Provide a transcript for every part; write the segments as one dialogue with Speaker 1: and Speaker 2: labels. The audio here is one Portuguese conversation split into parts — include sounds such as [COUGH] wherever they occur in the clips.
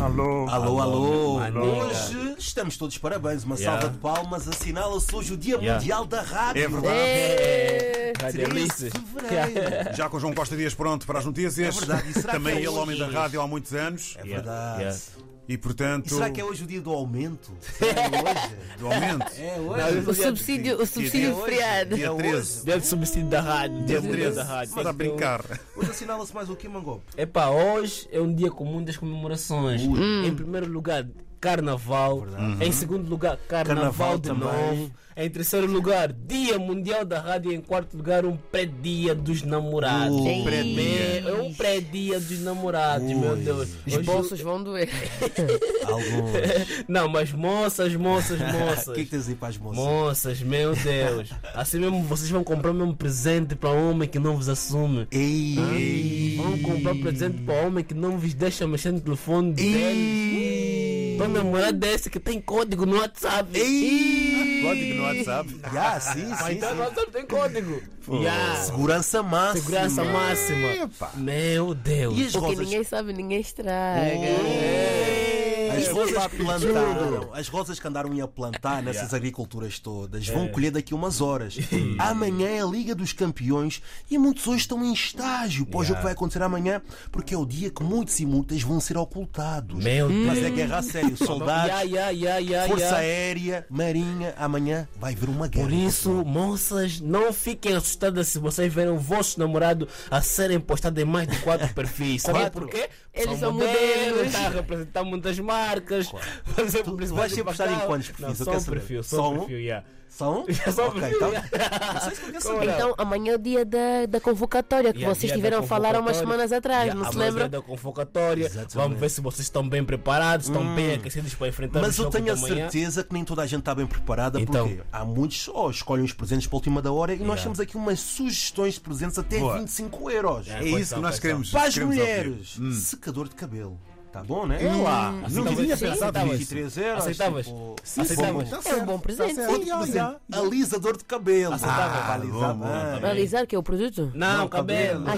Speaker 1: Alô,
Speaker 2: Alô, alô!
Speaker 3: Alô,
Speaker 2: Hoje estamos todos de parabéns. Uma
Speaker 3: Yeah.
Speaker 2: salva de palmas assinala-se hoje o Dia
Speaker 3: Yeah.
Speaker 2: Mundial da Rádio.
Speaker 1: É verdade.
Speaker 4: É.
Speaker 3: Rádio
Speaker 2: 13 de
Speaker 3: Alice.
Speaker 2: fevereiro.
Speaker 1: Já com o João Costa Dias pronto para as notícias.
Speaker 2: É verdade, e será
Speaker 1: Também
Speaker 2: que é
Speaker 1: ele
Speaker 2: hoje?
Speaker 1: homem da rádio há muitos anos.
Speaker 2: É verdade.
Speaker 3: Yeah.
Speaker 1: E
Speaker 2: E
Speaker 1: portanto.
Speaker 2: será que é hoje o dia do aumento? Será que é hoje?
Speaker 1: Do aumento.
Speaker 2: [LAUGHS] É hoje.
Speaker 4: O subsídio, o subsídio de
Speaker 2: hoje?
Speaker 4: feriado.
Speaker 1: Dia
Speaker 2: É
Speaker 1: 13.
Speaker 2: hoje.
Speaker 3: Deve subsídio da rádio.
Speaker 1: Dia
Speaker 3: deve ser
Speaker 1: 13.
Speaker 2: É
Speaker 3: da rádio.
Speaker 1: Está a brincar.
Speaker 2: Hoje assinala-se mais o que, Mangope?
Speaker 3: um- Epá, hoje é um dia comum das comemorações. Em primeiro lugar, carnaval. Em segundo lugar,
Speaker 2: Carnaval
Speaker 3: carnaval, de
Speaker 2: também.
Speaker 3: novo. Em terceiro lugar, Dia Mundial da Rádio. Em quarto lugar, um pré-dia dos namorados.
Speaker 2: Uh,
Speaker 3: Um
Speaker 4: pré-dia.
Speaker 3: pré-dia. É um pré-dia dos namorados, meu Deus.
Speaker 4: Os
Speaker 3: Hoje-
Speaker 4: bolsos vão doer.
Speaker 2: Alguns.
Speaker 3: Não, mas moças, moças,
Speaker 2: O que é
Speaker 3: moças.
Speaker 2: que tens aí para as moças?
Speaker 3: Moças, meu Deus. Assim mesmo vocês vão comprar mesmo presente para homem que não vos assume.
Speaker 2: Ei, ei.
Speaker 3: Vão comprar um presente para homem que não vos deixa mexer no telefone deles. Tô namorada desse que tem código no WhatsApp.
Speaker 1: Código no WhatsApp.
Speaker 2: [LAUGHS] Ah, sim,
Speaker 3: Ah,
Speaker 2: sim,
Speaker 3: Então
Speaker 2: sim.
Speaker 3: no WhatsApp tem código. Yeah.
Speaker 2: Segurança máxima.
Speaker 3: Ah. Segurança máxima.
Speaker 1: Epa.
Speaker 3: Meu Deus.
Speaker 2: E as
Speaker 4: Porque
Speaker 2: rosas?
Speaker 4: ninguém sabe, ninguém estraga.
Speaker 2: As rosas que plantaram, as rosas que andaram a plantar nessas agriculturas todas,
Speaker 3: É.
Speaker 2: vão colher daqui umas
Speaker 3: [LAUGHS]
Speaker 2: horas. amanhã é a Liga dos Campeões e muitos hoje estão em estágio para o jogo que vai acontecer amanhã, porque é o dia que muitos e muitas vão ser ocultados.
Speaker 3: Meu Deus.
Speaker 2: Mas é guerra a
Speaker 3: [LAUGHS]
Speaker 2: sério, soldados,
Speaker 3: Yeah, yeah, yeah, yeah,
Speaker 2: Força
Speaker 3: yeah.
Speaker 2: Aérea, Marinha, amanhã vai haver uma guerra.
Speaker 3: Por isso, moças, não fiquem assustadas se vocês verem o vosso namorado a serem postado em mais de quatro perfis. Sabe
Speaker 2: Quatro?
Speaker 3: por quê?
Speaker 4: Eles são modelos.
Speaker 3: está tá a representar muitas marcas. [LAUGHS] Fazer
Speaker 2: Tu vais ser postado em quantos perfis? Eu
Speaker 3: Não, só
Speaker 2: quero
Speaker 3: um
Speaker 2: saber.
Speaker 3: perfil, só,
Speaker 2: Só um?
Speaker 3: um perfil,
Speaker 2: [LAUGHS]
Speaker 3: yeah. [LAUGHS]
Speaker 2: São?
Speaker 3: Só um
Speaker 2: Ok,
Speaker 3: perfil,
Speaker 2: então.
Speaker 3: yeah.
Speaker 4: Então, amanhã é o dia da, da convocatória que
Speaker 3: Yeah, dia
Speaker 4: vocês
Speaker 3: da
Speaker 4: tiveram a falar há umas
Speaker 3: convocatória.
Speaker 4: semanas atrás,
Speaker 3: Yeah,
Speaker 4: não se
Speaker 3: amanhã é
Speaker 4: lembram?
Speaker 3: da convocatória.
Speaker 2: Exatamente. Hum.
Speaker 3: Vamos ver se vocês estão bem preparados, estão bem aquecidos para enfrentar o
Speaker 2: Mas eu
Speaker 3: jogo
Speaker 2: tenho
Speaker 3: de
Speaker 2: a
Speaker 3: amanhã.
Speaker 2: certeza que nem toda a gente está bem preparada
Speaker 3: Então.
Speaker 2: porque há muitos oh, escolhem os presentes para a última da hora e nós temos aqui umas sugestões de presentes até
Speaker 1: Boa.
Speaker 2: 25 euros.
Speaker 3: Yeah.
Speaker 1: É isso que nós queremos.
Speaker 2: Para as
Speaker 1: queremos ouvir. Hum.
Speaker 2: mulheres, secador de cabelo. Tá bom, né?
Speaker 1: É lá. Não
Speaker 3: Aceitavas?
Speaker 1: tinha
Speaker 3: Sim,
Speaker 1: pensado
Speaker 3: aceitavas?
Speaker 1: nisso.
Speaker 2: 23 euros.
Speaker 3: Aceitavas?
Speaker 2: Tipo,
Speaker 3: Aceitavas?
Speaker 2: bom.
Speaker 4: É um bom presente.
Speaker 1: Tá
Speaker 4: sim.
Speaker 1: certo.
Speaker 2: Por
Speaker 1: Yeah,
Speaker 2: exemplo, alisador de cabelo.
Speaker 3: Aceitável.
Speaker 2: Ah, para alisar
Speaker 1: Bom, bom,
Speaker 2: bem.
Speaker 3: bem.
Speaker 4: Analisar que é o produto?
Speaker 3: Não,
Speaker 2: Não, cabelo.
Speaker 3: cabelo.
Speaker 4: A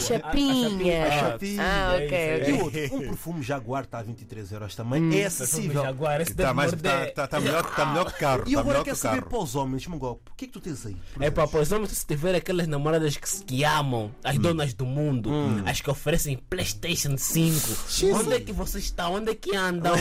Speaker 4: chapinha.
Speaker 3: A
Speaker 2: chapinha.
Speaker 4: Ah, ok,
Speaker 3: É isso,
Speaker 2: E
Speaker 4: ok.
Speaker 2: outro, um perfume Jaguar está a 23 euros também.
Speaker 3: Hum,
Speaker 2: É acessível.
Speaker 3: Agora, esse
Speaker 1: Está
Speaker 3: deve
Speaker 1: mais,
Speaker 3: morder.
Speaker 1: tá, tá, tá melhor, tá melhor que carro.
Speaker 2: E
Speaker 1: tá
Speaker 2: agora
Speaker 1: melhor
Speaker 2: quero
Speaker 1: que
Speaker 2: saber
Speaker 1: carro.
Speaker 2: para os homens, Mongol, o que é que tu tens aí?
Speaker 3: É para os homens se tiver aquelas namoradas que se que amam,
Speaker 1: Hum.
Speaker 3: as donas do mundo, as que oferecem Playstation 5. Onde é que vocês estão? Onde é que
Speaker 1: [LAUGHS]
Speaker 3: andam?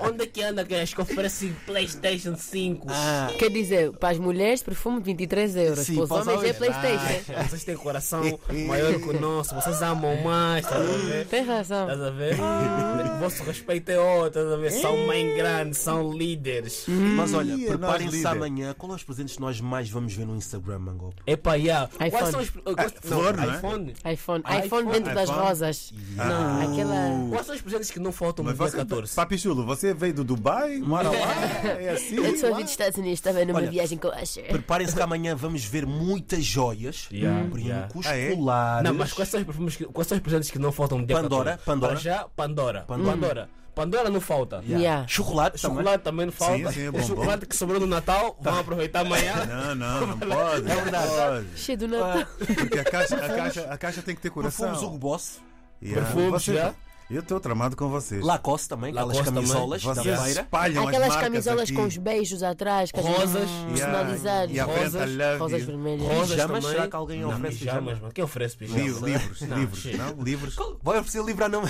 Speaker 3: Onde é que andam que as que oferecem Playstation 5?
Speaker 2: Ah,
Speaker 4: Quer dizer, para as mulheres, perfume 23 euros.
Speaker 2: Sim,
Speaker 4: para os
Speaker 2: para os
Speaker 4: homens é
Speaker 2: homens,
Speaker 4: Playstation.
Speaker 3: Relaxa, Vocês têm um coração maior que o nosso, vocês amam mais, tá estás a ver?
Speaker 4: Tem razão.
Speaker 3: Estás a ver?
Speaker 2: Ah.
Speaker 3: O vosso respeito é outro, estás a ver? São mãe grande, são líderes.
Speaker 2: Mas olha,
Speaker 1: Ih, é
Speaker 2: preparem-se
Speaker 1: nós, líder.
Speaker 2: amanhã. Qual é os presentes que nós mais vamos ver no Instagram, Mangope?
Speaker 3: Epá, yeah.
Speaker 4: iPhone.
Speaker 3: Quais são os. quais-
Speaker 1: flor, não é?
Speaker 3: iPhone?
Speaker 4: iPhone.
Speaker 3: iPhone.
Speaker 4: iPhone, dentro das
Speaker 1: iPhone.
Speaker 4: rosas.
Speaker 2: Ah.
Speaker 4: Não, aquela.
Speaker 3: Quais são os presentes que não faltam no
Speaker 1: Mas
Speaker 3: dia
Speaker 1: você,
Speaker 3: 14?
Speaker 1: Papi Chulo, você veio do Dubai,
Speaker 2: [LAUGHS]
Speaker 1: mora lá, é assim.
Speaker 4: Eu só
Speaker 1: lá.
Speaker 4: vim dos Estados Unidos, estava numa
Speaker 2: Olha,
Speaker 4: viagem com a Asher.
Speaker 2: Preparem-se que amanhã vamos ver muitas joias,
Speaker 3: É. Yeah,
Speaker 2: brincos,
Speaker 1: yeah. Ah, é?
Speaker 2: colares.
Speaker 3: Não, mas quais são os perfumes que, quais são os presentes que não faltam no dia
Speaker 2: Pandora,
Speaker 3: 14?
Speaker 2: Pandora.
Speaker 3: Para já, Pandora.
Speaker 2: Pandora.
Speaker 3: Pandora. Pandora. não falta.
Speaker 2: Yeah.
Speaker 4: Yeah.
Speaker 2: Chocolate, também.
Speaker 3: Chocolate também não falta.
Speaker 1: Então, sim, é bom, Tá.
Speaker 3: o chocolate que sobrou do Natal, vão aproveitar amanhã.
Speaker 1: Não, não, não pode. É
Speaker 2: verdade.
Speaker 4: Cheio do Natal.
Speaker 1: Porque a caixa, a, caixa, a caixa tem que ter coração.
Speaker 2: Perfumes Hugo Boss,
Speaker 1: Yeah.
Speaker 3: Perfumes,
Speaker 1: Você-
Speaker 3: yeah.
Speaker 1: Eu estou tramado com vocês.
Speaker 2: Lacoste também,
Speaker 3: Lacoste
Speaker 2: aquelas
Speaker 3: também.
Speaker 2: camisolas
Speaker 1: vocês
Speaker 2: da feira.
Speaker 1: espalham as
Speaker 4: Aquelas
Speaker 1: marcas
Speaker 4: camisolas
Speaker 1: aqui.
Speaker 4: com os beijos atrás, que a gente-
Speaker 3: Rosas.
Speaker 4: personalizadas.
Speaker 1: e a
Speaker 3: Rosas,
Speaker 1: Brenta Love
Speaker 4: Rosas
Speaker 1: you.
Speaker 4: vermelhas.
Speaker 3: Rosas
Speaker 2: Pijamas,
Speaker 3: também.
Speaker 2: será que alguém
Speaker 3: não,
Speaker 2: oferece
Speaker 3: pijamas,
Speaker 2: pijamas?
Speaker 3: mano? Quem oferece pijamas?
Speaker 1: Li- Livros,
Speaker 3: Não,
Speaker 1: livros,
Speaker 3: chega.
Speaker 1: não? Livros.
Speaker 2: Vai oferecer livro a [LAUGHS] não.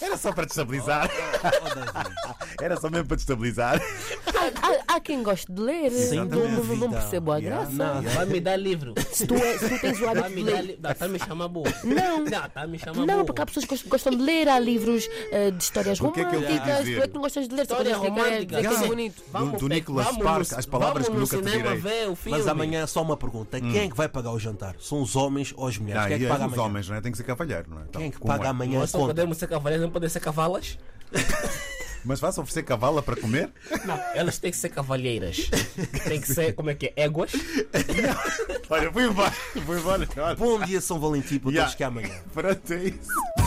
Speaker 1: Era só para destabilizar.
Speaker 2: Oh,
Speaker 1: Era só mesmo para destabilizar.
Speaker 4: Há, há quem goste de ler, não, não- não
Speaker 2: dúvida.
Speaker 4: percebo a
Speaker 1: Yeah.
Speaker 4: graça.
Speaker 2: Não,
Speaker 3: Vai me dar livro.
Speaker 4: Se, tu é- se tu tens o
Speaker 3: Vai
Speaker 4: hábito de
Speaker 3: me dar
Speaker 4: ler.
Speaker 3: livro. Não, tá me chamar burro.
Speaker 4: Não.
Speaker 3: Não, tá me
Speaker 1: é
Speaker 3: chamar
Speaker 4: Não,
Speaker 3: burro.
Speaker 4: porque há pessoas que gost- gostam de ler, há livros eh, de histórias
Speaker 1: O que é que eu quis
Speaker 4: românticas,
Speaker 1: dizer?
Speaker 4: tu é que não gostas de ler, só
Speaker 3: História
Speaker 4: quando eu quero
Speaker 3: romântica.
Speaker 4: dizer que é
Speaker 1: Yeah.
Speaker 4: bonito.
Speaker 3: Vamos,
Speaker 1: Do Nicholas
Speaker 3: vamos
Speaker 1: Park,
Speaker 3: no-
Speaker 1: as palavras
Speaker 3: vamos
Speaker 1: que nunca
Speaker 3: no
Speaker 1: te
Speaker 3: cinema
Speaker 1: direi.
Speaker 3: ver o filme.
Speaker 2: Mas amanhã só uma pergunta: quem é que vai pagar o jantar? São os homens ou as mulheres?
Speaker 1: Não,
Speaker 2: Quem é
Speaker 1: Hum.
Speaker 2: que
Speaker 1: e é
Speaker 2: paga
Speaker 1: os
Speaker 2: amanhã?
Speaker 1: homens, não é? Tem que ser cavalheiro, não é? Então,
Speaker 2: Quem é que
Speaker 1: como
Speaker 2: paga amanhã a
Speaker 3: Nós só
Speaker 2: conta?
Speaker 3: podemos ser cavaleiros, não podemos ser cavalas.
Speaker 1: Mas vai-se oferecer cavala para comer?
Speaker 3: Não, elas têm que ser
Speaker 1: [LAUGHS]
Speaker 3: cavalheiras. Tem que ser, como é que é? Éguas.
Speaker 1: Olha, vou embora. Vou embora.
Speaker 2: [LAUGHS]
Speaker 1: Olha.
Speaker 2: Bom dia, São Valentim, para
Speaker 1: Yeah.
Speaker 2: todos que é amanhã.
Speaker 1: Pronto, é isso.